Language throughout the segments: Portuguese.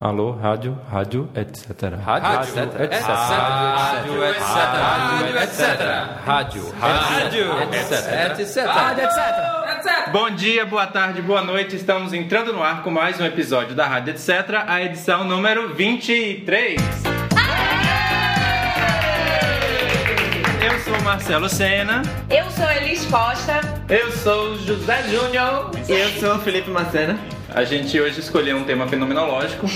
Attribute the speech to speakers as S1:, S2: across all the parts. S1: Alô, rádio, rádio, etc.
S2: Rádio, etc. etc. Rádio, etc. Rádio, etc. Rádio, rádio, etc. etc. Rádio, etc.
S3: Bom dia, boa tarde, boa noite. Estamos entrando no ar com mais um episódio da Rádio Etc, a edição número 23. Eu sou Marcelo Sena.
S4: Eu sou Elis Costa.
S5: Eu sou José Júnior.
S6: E eu sou Felipe Macena.
S3: A gente hoje escolheu um tema fenomenológico.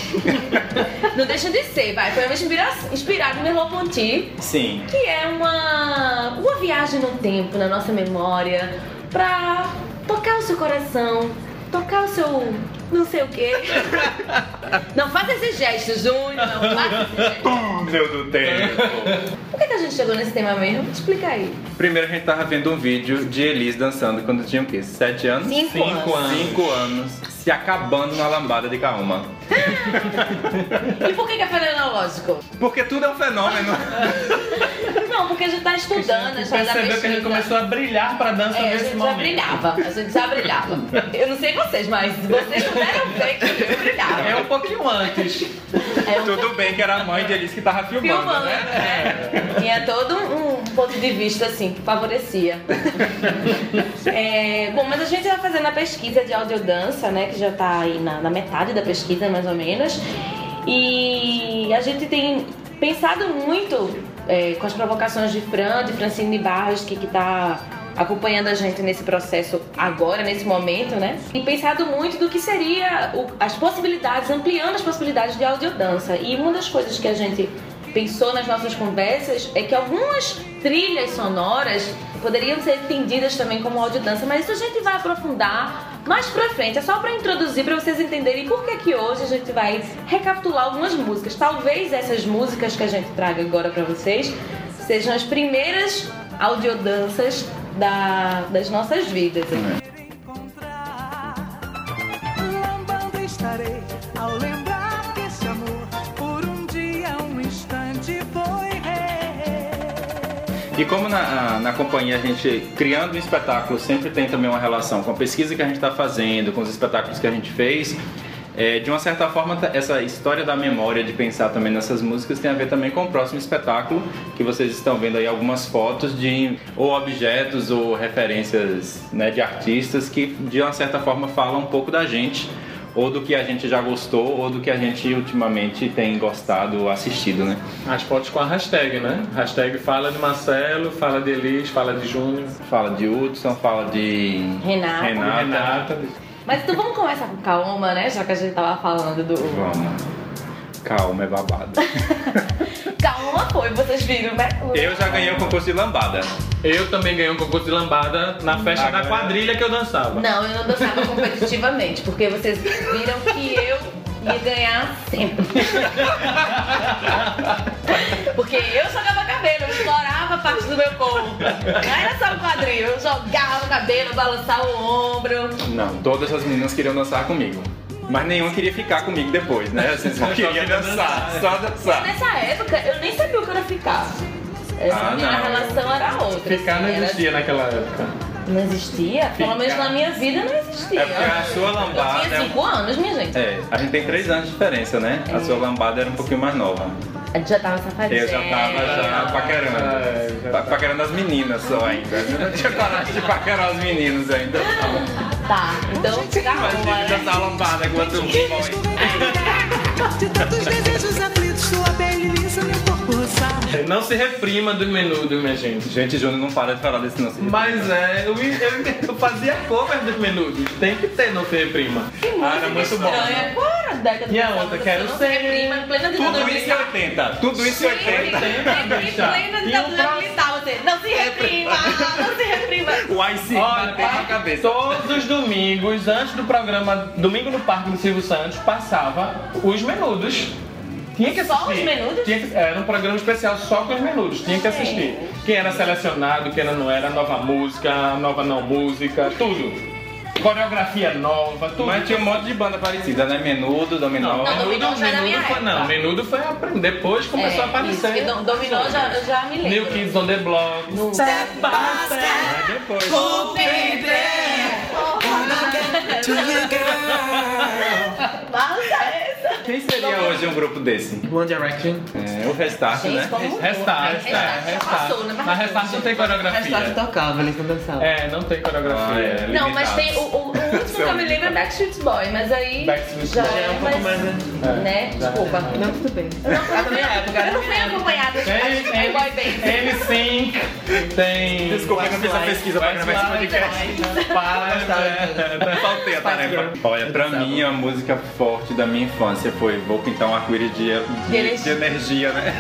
S4: Não deixa de ser, vai. Foi inspirado, inspirado em Merleau-Ponty,
S3: Sim.
S4: que é uma, uma viagem no tempo, na nossa memória, pra tocar o seu coração, tocar o seu não sei o quê. Não faça esse gesto, Júnior, não faça esse gesto.
S3: Pum, Meu do tempo.
S4: Por que, que a gente chegou nesse tema mesmo? Explica aí.
S3: Primeiro a gente tava vendo um vídeo de Elis dançando quando tinha o quê? Sete anos?
S4: Cinco Cinco
S3: anos. Cinco anos. Se acabando na lambada de Kaoma.
S4: E por que, que é fenomenológico?
S3: Porque tudo é um fenômeno.
S4: Não, porque a gente tá né? estudando, a gente faz a
S5: Percebeu que a gente
S4: pesquisa.
S5: começou a brilhar pra dança
S4: É, a
S5: nesse
S4: gente já
S5: momento.
S4: brilhava, a gente já brilhava. Eu não sei vocês, mas vocês puderam ver que eu brilhava.
S5: É um pouquinho antes.
S4: É um
S3: Tudo bem que era a mãe de Elis que tava filmando,
S4: filmando,
S3: né?
S4: né? Tinha todo um um ponto de vista, assim, que favorecia. É, bom, mas a gente vai fazendo a pesquisa de audiodança, né? Que já tá aí na, na metade da pesquisa, mais ou menos. E a gente tem pensado muito é, com as provocações de Fran, de Francine Barros, que, que tá acompanhando a gente nesse processo agora, nesse momento, né? E pensado muito do que seria o- as possibilidades, ampliando as possibilidades de audiodança. E uma das coisas que a gente pensou nas nossas conversas é que algumas trilhas sonoras poderiam ser entendidas também como audiodança, mas isso a gente vai aprofundar mais pra frente. É só pra introduzir, pra vocês entenderem por que que hoje a gente vai recapitular algumas músicas. Talvez essas músicas que a gente traga agora pra vocês sejam as primeiras audiodanças da- das nossas vidas.
S7: encontrar. Lambando estarei ao lembrar que esse amor por um dia, um instante foi rei.
S3: E como na, a- na companhia a gente, criando um espetáculo, sempre tem também uma relação com a pesquisa que a gente está fazendo, com os espetáculos que a gente fez, é, de uma certa forma, tá- essa história da memória, de pensar também nessas músicas, tem a ver também com o próximo espetáculo, que vocês estão vendo aí algumas fotos de ou objetos ou referências né, de artistas que, de uma certa forma, falam um pouco da gente. Ou do que a gente já gostou, ou do que a gente ultimamente tem gostado, assistido, né?
S2: As fotos com a hashtag, né? Hashtag fala de Marcelo, fala de Elis, fala de Júnior.
S3: Fala de Hudson, fala de.
S4: Renata.
S3: Renata.
S2: Renata.
S4: Mas então vamos começar com calma, né? Já que a gente tava falando do.
S3: Vamos. Calma, é babado.
S4: Calma foi, vocês viram, né?
S3: Eu já ganhei o concurso de lambada.
S2: Eu também ganhei um concurso de lambada na festa
S3: Agora-
S2: da quadrilha que eu dançava.
S4: Não, eu não dançava competitivamente, porque vocês viram que eu ia ganhar sempre. Porque eu jogava cabelo, eu explorava partes do meu corpo. Não era só o quadril, eu jogava o cabelo, balançava o ombro.
S3: Não, todas as meninas queriam dançar comigo. Mas nenhuma queria ficar comigo depois, né? Vocês só queriam dançar, só dançar.
S4: Nessa época, eu nem sabia o que era ficar. Essa
S3: Ah,
S4: minha
S3: não.
S4: relação era outra.
S2: Ficar não
S4: assim, era-
S2: existia naquela época.
S4: Não existia? Pelo menos
S3: Ficar.
S4: na minha vida não existia.
S3: É porque a sua
S4: Eu
S3: lambada. um
S4: tinha 5 anos, É. minha gente.
S3: É, a gente tem três anos de diferença, né? A sua lambada era um pouquinho mais nova.
S4: Eu Já tava safadinha.
S3: Eu já tava já
S2: É,
S3: paquerando.
S2: já
S3: Pa-
S2: tá.
S3: Paquerando as meninas só ainda. Eu não tinha coragem de paquerar os meninos ainda.
S4: Tá, então calma,
S3: Imagina
S4: né?
S3: dançar lambada com outro boy.
S7: De tantos desejos aflitos, sua beleza, meu corpo roçar.
S2: Não se reprima do menudo, minha gente.
S3: Gente, Júnior não para de falar desse lance.
S2: Mas é, eu, eu, eu fazia cover dos menudos. Tem que ter, não se reprima.
S4: Que
S2: Ah,
S4: música
S2: era muito bom.
S4: estranha. Qual era a década
S2: E a
S4: de
S2: outra,
S4: 90?
S2: quero
S4: Não
S2: ser-
S4: reprima, em plena ditadura
S3: né? Tudo isso em
S4: militar.
S3: 80. Tudo isso é em 80.
S4: Em
S2: bicha.
S4: plena
S2: E o
S4: ditadura
S2: próximo-
S4: militar, você. Não se
S3: É,
S4: reprima, não se reprima.
S3: O IC
S2: Olha, tá
S3: bateu
S4: tá.
S3: na cabeça.
S2: todos os domingos, antes do programa Domingo no Parque do Silvio Santos, passava os menudos. Tinha que
S4: Só
S2: assistir.
S4: os menudos?
S2: Tinha que- era um programa especial só com os menudos, tinha que assistir. Quem era selecionado, quem era- não era, nova música, nova não música, tudo. Coreografia nova, tudo.
S3: Mas tinha um monte de banda parecida, né? Menudo, Dominó.
S2: Não,
S4: Não, dominó
S2: menudo,
S4: já era minha
S2: menudo foi
S4: época.
S2: não, menudo foi a- depois começou
S4: É,
S2: a aparecer.
S4: isso, que dom- dominó já, eu já me
S2: New
S4: lembro.
S2: Kids on the Block.
S4: No-
S3: Mas depois.
S4: Nossa, essa.
S3: Quem seria hoje um grupo desse?
S6: One Direction.
S3: É, o Restart,
S4: Gente,
S3: né?
S4: como mudou.
S5: Restart,
S4: Restart, já passou, né? Mas
S5: Mas Restart não tem
S6: Restart
S5: coreografia.
S6: tocava, eles não dançavam.
S5: É, não tem
S3: Ah,
S5: coreografia.
S3: é,
S4: Não, mas
S3: limitado.
S4: tem. O, o, o último que eu me lembro é Backstreet Boy, mas aí.
S5: Backstreet
S4: já
S5: Boy
S4: é,
S6: um pouco
S4: mas,
S6: mais, né?
S4: né? Desculpa.
S6: Não, tudo bem.
S4: Eu não venho- eu não venho acompanhada de
S5: Tem,
S4: Backstreet
S5: tem,
S4: Boy Baby.
S5: tem Sync, tem.
S3: Desculpa, que eu fiz a pesquisa pra gravar esse podcast. É, Faltei a tarefa. Olha, pra mim a música forte da minha infância foi Vou Pintar um Arco-Íris de, de, de energia, né?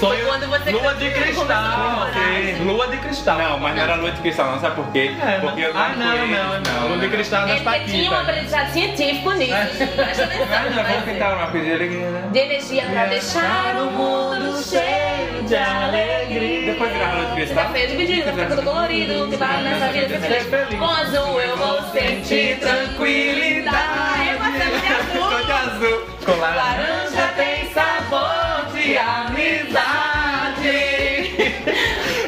S4: Foi quando você
S5: Lua de
S4: cantou,
S5: cristal,
S4: começou a
S5: ok.
S4: namorar.
S5: Lua de cristal.
S3: Não, mas não era Noite Cristal, não, sabe por quê?
S5: É, mas-
S3: Porque eu
S5: Ah, não, não,
S3: né?
S5: não. Lua de cristal nas
S4: Ele tinha um
S5: paquitas.
S4: aprendizado científico nisso. Presta
S3: Ah, não, vou
S4: atenção.
S3: pintar um arco-íris de alegria, né?
S4: De energia pra deixar o mundo cheio de alegria.
S3: Depois viraram Noite Cristal.
S4: Tá feio dividido, tá ficando colorido. O que vale nessa vida ser é feliz. Com azul eu vou sentir tranquilidade. Ah, é Eu gosto de azul.
S5: Com lá-
S4: Laranja tem sabor de amizade.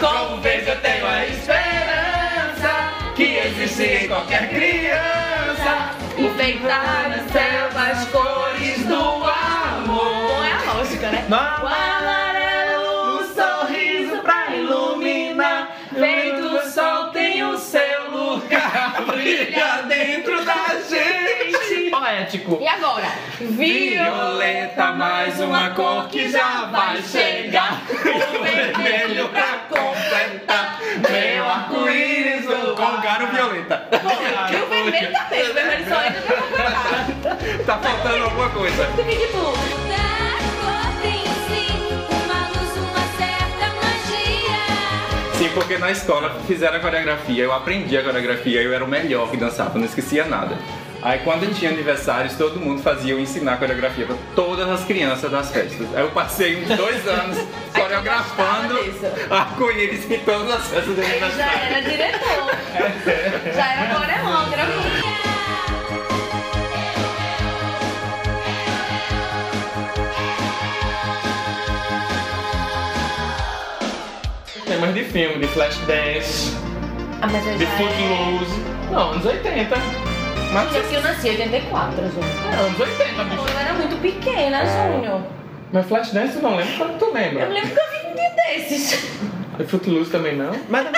S4: Com verde eu tenho a esperança que existe em qualquer criança. Enfeitar o céu as cores do amor. Não é a lógica, né? O amarelo, o sorriso pra iluminar. Feito o sol tem o seu lugar. Brilha dentro da gente.
S5: Poético.
S4: E agora?
S3: Violeta, mais uma cor que já vai chegar.
S4: O tá
S3: vermelho pra
S4: completar.
S3: Meu arco-íris do Congaro Violeta.
S4: E o vermelho tá também. O vermelho só entra pra completar.
S3: Tá faltando alguma coisa.
S4: Tu me tipo,
S8: Cada cor tem em si uma luz, uma certa magia.
S3: Sim, porque na escola fizeram a coreografia, eu aprendi a coreografia, eu era o melhor que dançava, não esquecia nada. Aí quando tinha aniversários, todo mundo fazia eu ensinar a coreografia pra todas as crianças das festas. Aí eu passei uns dois anos coreografando
S4: gostava disso.
S3: arco-íris em todas as festas do
S4: ele já
S3: aniversário.
S4: era diretor. Já era coreógrafo.
S5: Temas de filme, de Flashdance,
S4: Ah, mas eu
S5: de
S4: já era...
S5: Footloose. Não, anos 80.
S4: Mas que eu nasci em 84, Júnior.
S5: É, anos 80, bicho.
S4: Eu era muito pequena, Júnior.
S5: Mas Flashdance eu não lembro quando tu
S4: Eu me
S5: lembra.
S4: lembro que eu vi um dia desses.
S5: E Footloose também não?
S6: Mas não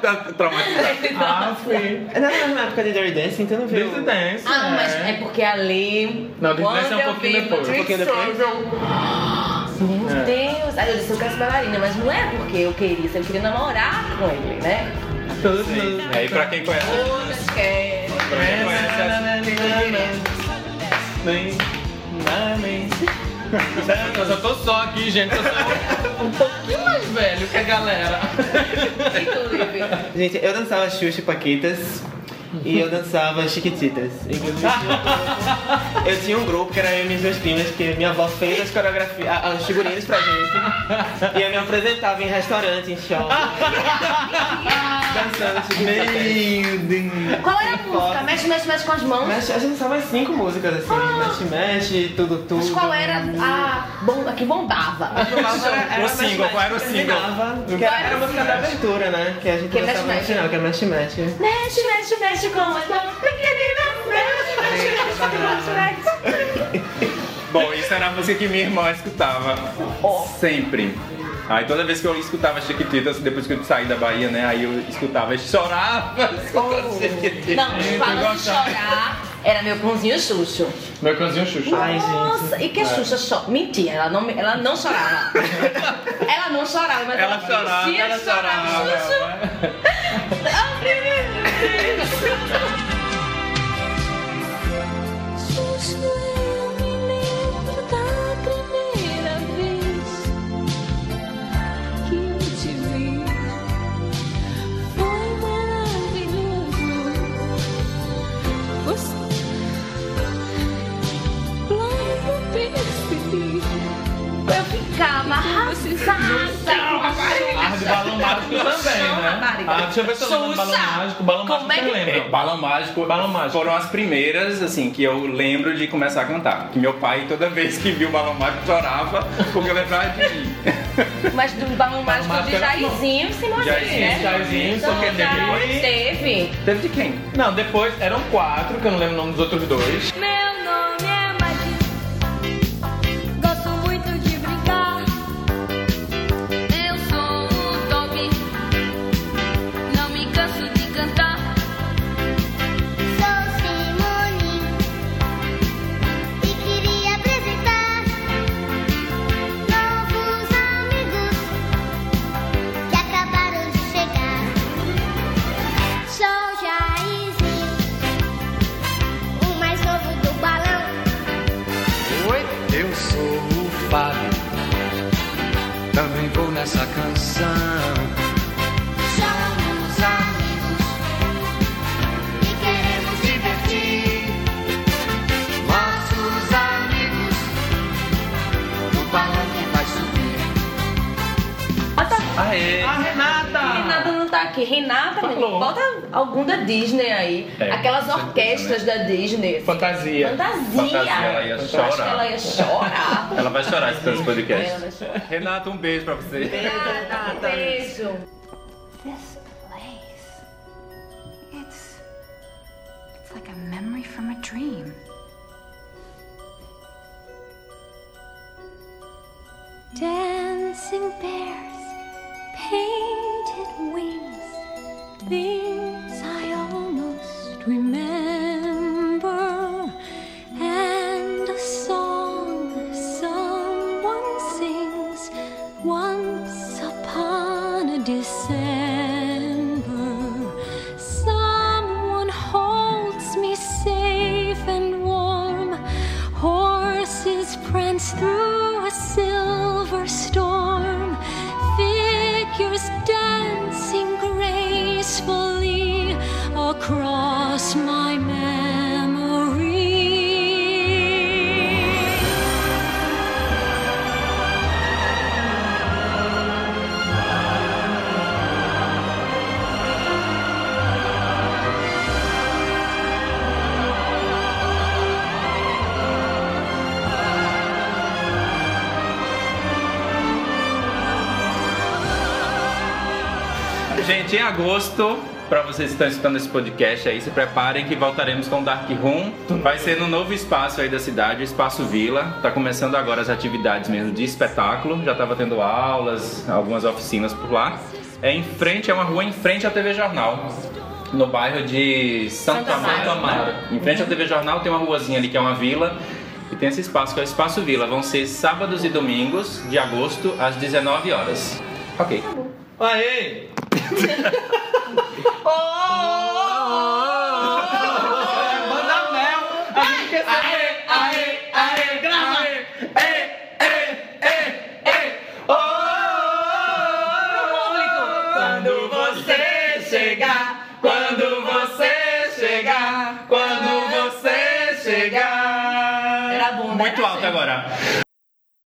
S3: Tá traumatizado.
S5: Ah, fui.
S6: era na mesma época de Dirty Dancing, então não viu.
S5: Disney Dance.
S4: Ah, mas é porque ali.
S5: Não, Disney
S4: quando
S5: Dance é um
S4: eu
S5: pouquinho
S4: vi
S5: depois, um
S4: Matrix
S6: pouquinho depois.
S4: Survival- Meu
S5: É.
S4: Deus! Aí eu disse, eu quero ser bailarina, mas não é porque eu queria, eu queria namorar com ele, né?
S5: Footloose.
S3: Aí pra quem conhece,
S4: Todas querem.
S3: pra quem conhece as
S5: Eu já tô só aqui, gente. Eu sou um pouquinho mais velho que a galera.
S4: E tu, Lipe?
S6: Gente, eu dançava Xuxa e Paquitas. E eu dançava Chiquititas. Inclusive, eu tinha um grupo que era eu e minhas duas primas, que minha avó fez as coreografias, a- os figurinos pra gente. E eu me apresentava em restaurante, em shopping. dançando Chiquititas.
S4: Qual era a música? Mexe, mexe, mexe com as mãos.
S6: Mexe, a gente só mais cinco músicas assim, mexe, mexe, tudo, tudo.
S4: Ah. Mas qual é era a bomba que bombava?
S3: O single, qual era o single?
S6: Que era, era a música da abertura, né? Que a gente
S4: Que é
S6: dançava
S4: mexe,
S6: no final, que é mexe, mexe.
S4: Mexe, mexe, mexe com as mãos. Pequenina, mexe, mexe, mexe, mexe, mexe.
S3: Bom, isso era a música que minha irmã escutava sempre. Aí toda vez que eu escutava Chiquititas, depois que eu saí da Bahia, né? Aí eu escutava e chorava escutando Chiquititas.
S4: Não, falando de chorar, era meu pãozinho Xuxo.
S5: Meu cãozinho Xuxa.
S6: Ai, gente.
S4: Nossa, e que a Xuxa chorava. Mentira, ela não, ela não chorava. ela não chorava, mas ela,
S3: Ela chorava,
S4: fingia
S3: ela
S4: chorar.
S3: chorava.
S4: Xuxa.
S8: Justo eu me lembro da primeira vez que eu te vi. Foi maravilhoso. Você logo percebi.
S4: Eu ficava arrasada.
S5: Ah, de balão mágico também, né?
S4: Rapariga.
S5: Ah, deixa eu ver se eu lembro do balão
S4: Xuxa.
S5: mágico. Balão
S4: Como
S5: mágico
S4: é
S5: eu
S4: que-
S5: lembro.
S3: Balão Mágico,
S5: Balão Mágico.
S3: foram as primeiras, assim, que eu lembro de começar a cantar. Que meu pai, toda vez que viu o Balão Mágico, chorava, porque lembrava de mim.
S4: Mas do
S3: Tá
S4: balão mágico de
S5: mágico era bom.
S4: Jairzinho e Simoninho,
S3: Jairzinho,
S4: né?
S5: Jairzinho,
S4: Então,
S3: é
S5: porque depois-
S4: Teve.
S3: Teve de quem?
S5: Não, depois eram quatro, que eu não lembro o nome dos outros dois.
S8: Meu nome. é
S9: Fábio. Também vou nessa canção.
S8: Somos amigos e queremos divertir.
S9: Nossos amigos, o balão que vai subir.
S4: Ah, tá.
S6: Aê!
S5: A Renata!
S4: Renata não tá aqui. Renata, menino, bota algum da Disney aí.
S3: É,
S4: Aquelas
S3: com certeza,
S4: orquestras da Disney.
S2: Fantasia.
S4: Fantasia.
S3: né? Fantasia, ela ia
S4: Eu Acho que
S3: chorar.
S4: ela ia chorar.
S3: Ela vai chorar escutando esse
S4: Ela ia
S3: podcast.
S4: chorar.
S3: Renata, um beijo pra você.
S4: Renata, um beijo.
S8: This place. It's. It's like a memory from a dream. Dancing bears, painted wings, things I almost remember. And a song someone sings once upon a December. Someone holds me safe and warm. Horses prance through a silver storm. Figures dancing gracefully across my memory.
S3: Gente, em agosto, pra vocês que estão escutando esse podcast aí, se preparem que voltaremos com o Dark Room. Vai ser no novo espaço aí da cidade, o Espaço Vila. Tá começando agora as atividades mesmo de espetáculo. Já tava tendo aulas, algumas oficinas por lá. É em frente, é uma rua em frente à TV Jornal. No bairro de Santa,
S4: Santa Mara.
S3: Santa Mara. Em frente à TV Jornal tem uma ruazinha ali que é uma vila. E tem esse espaço que é o Espaço Vila. Vão ser sábados e domingos de agosto às 19 horas. Ok.
S6: Aê! Manda mel! A gente quer saber! Aê! Aê! Grava! Aê! Quando você chegar, quando você chegar, quando você chegar.
S4: Era bom, né?
S3: Muito alto agora.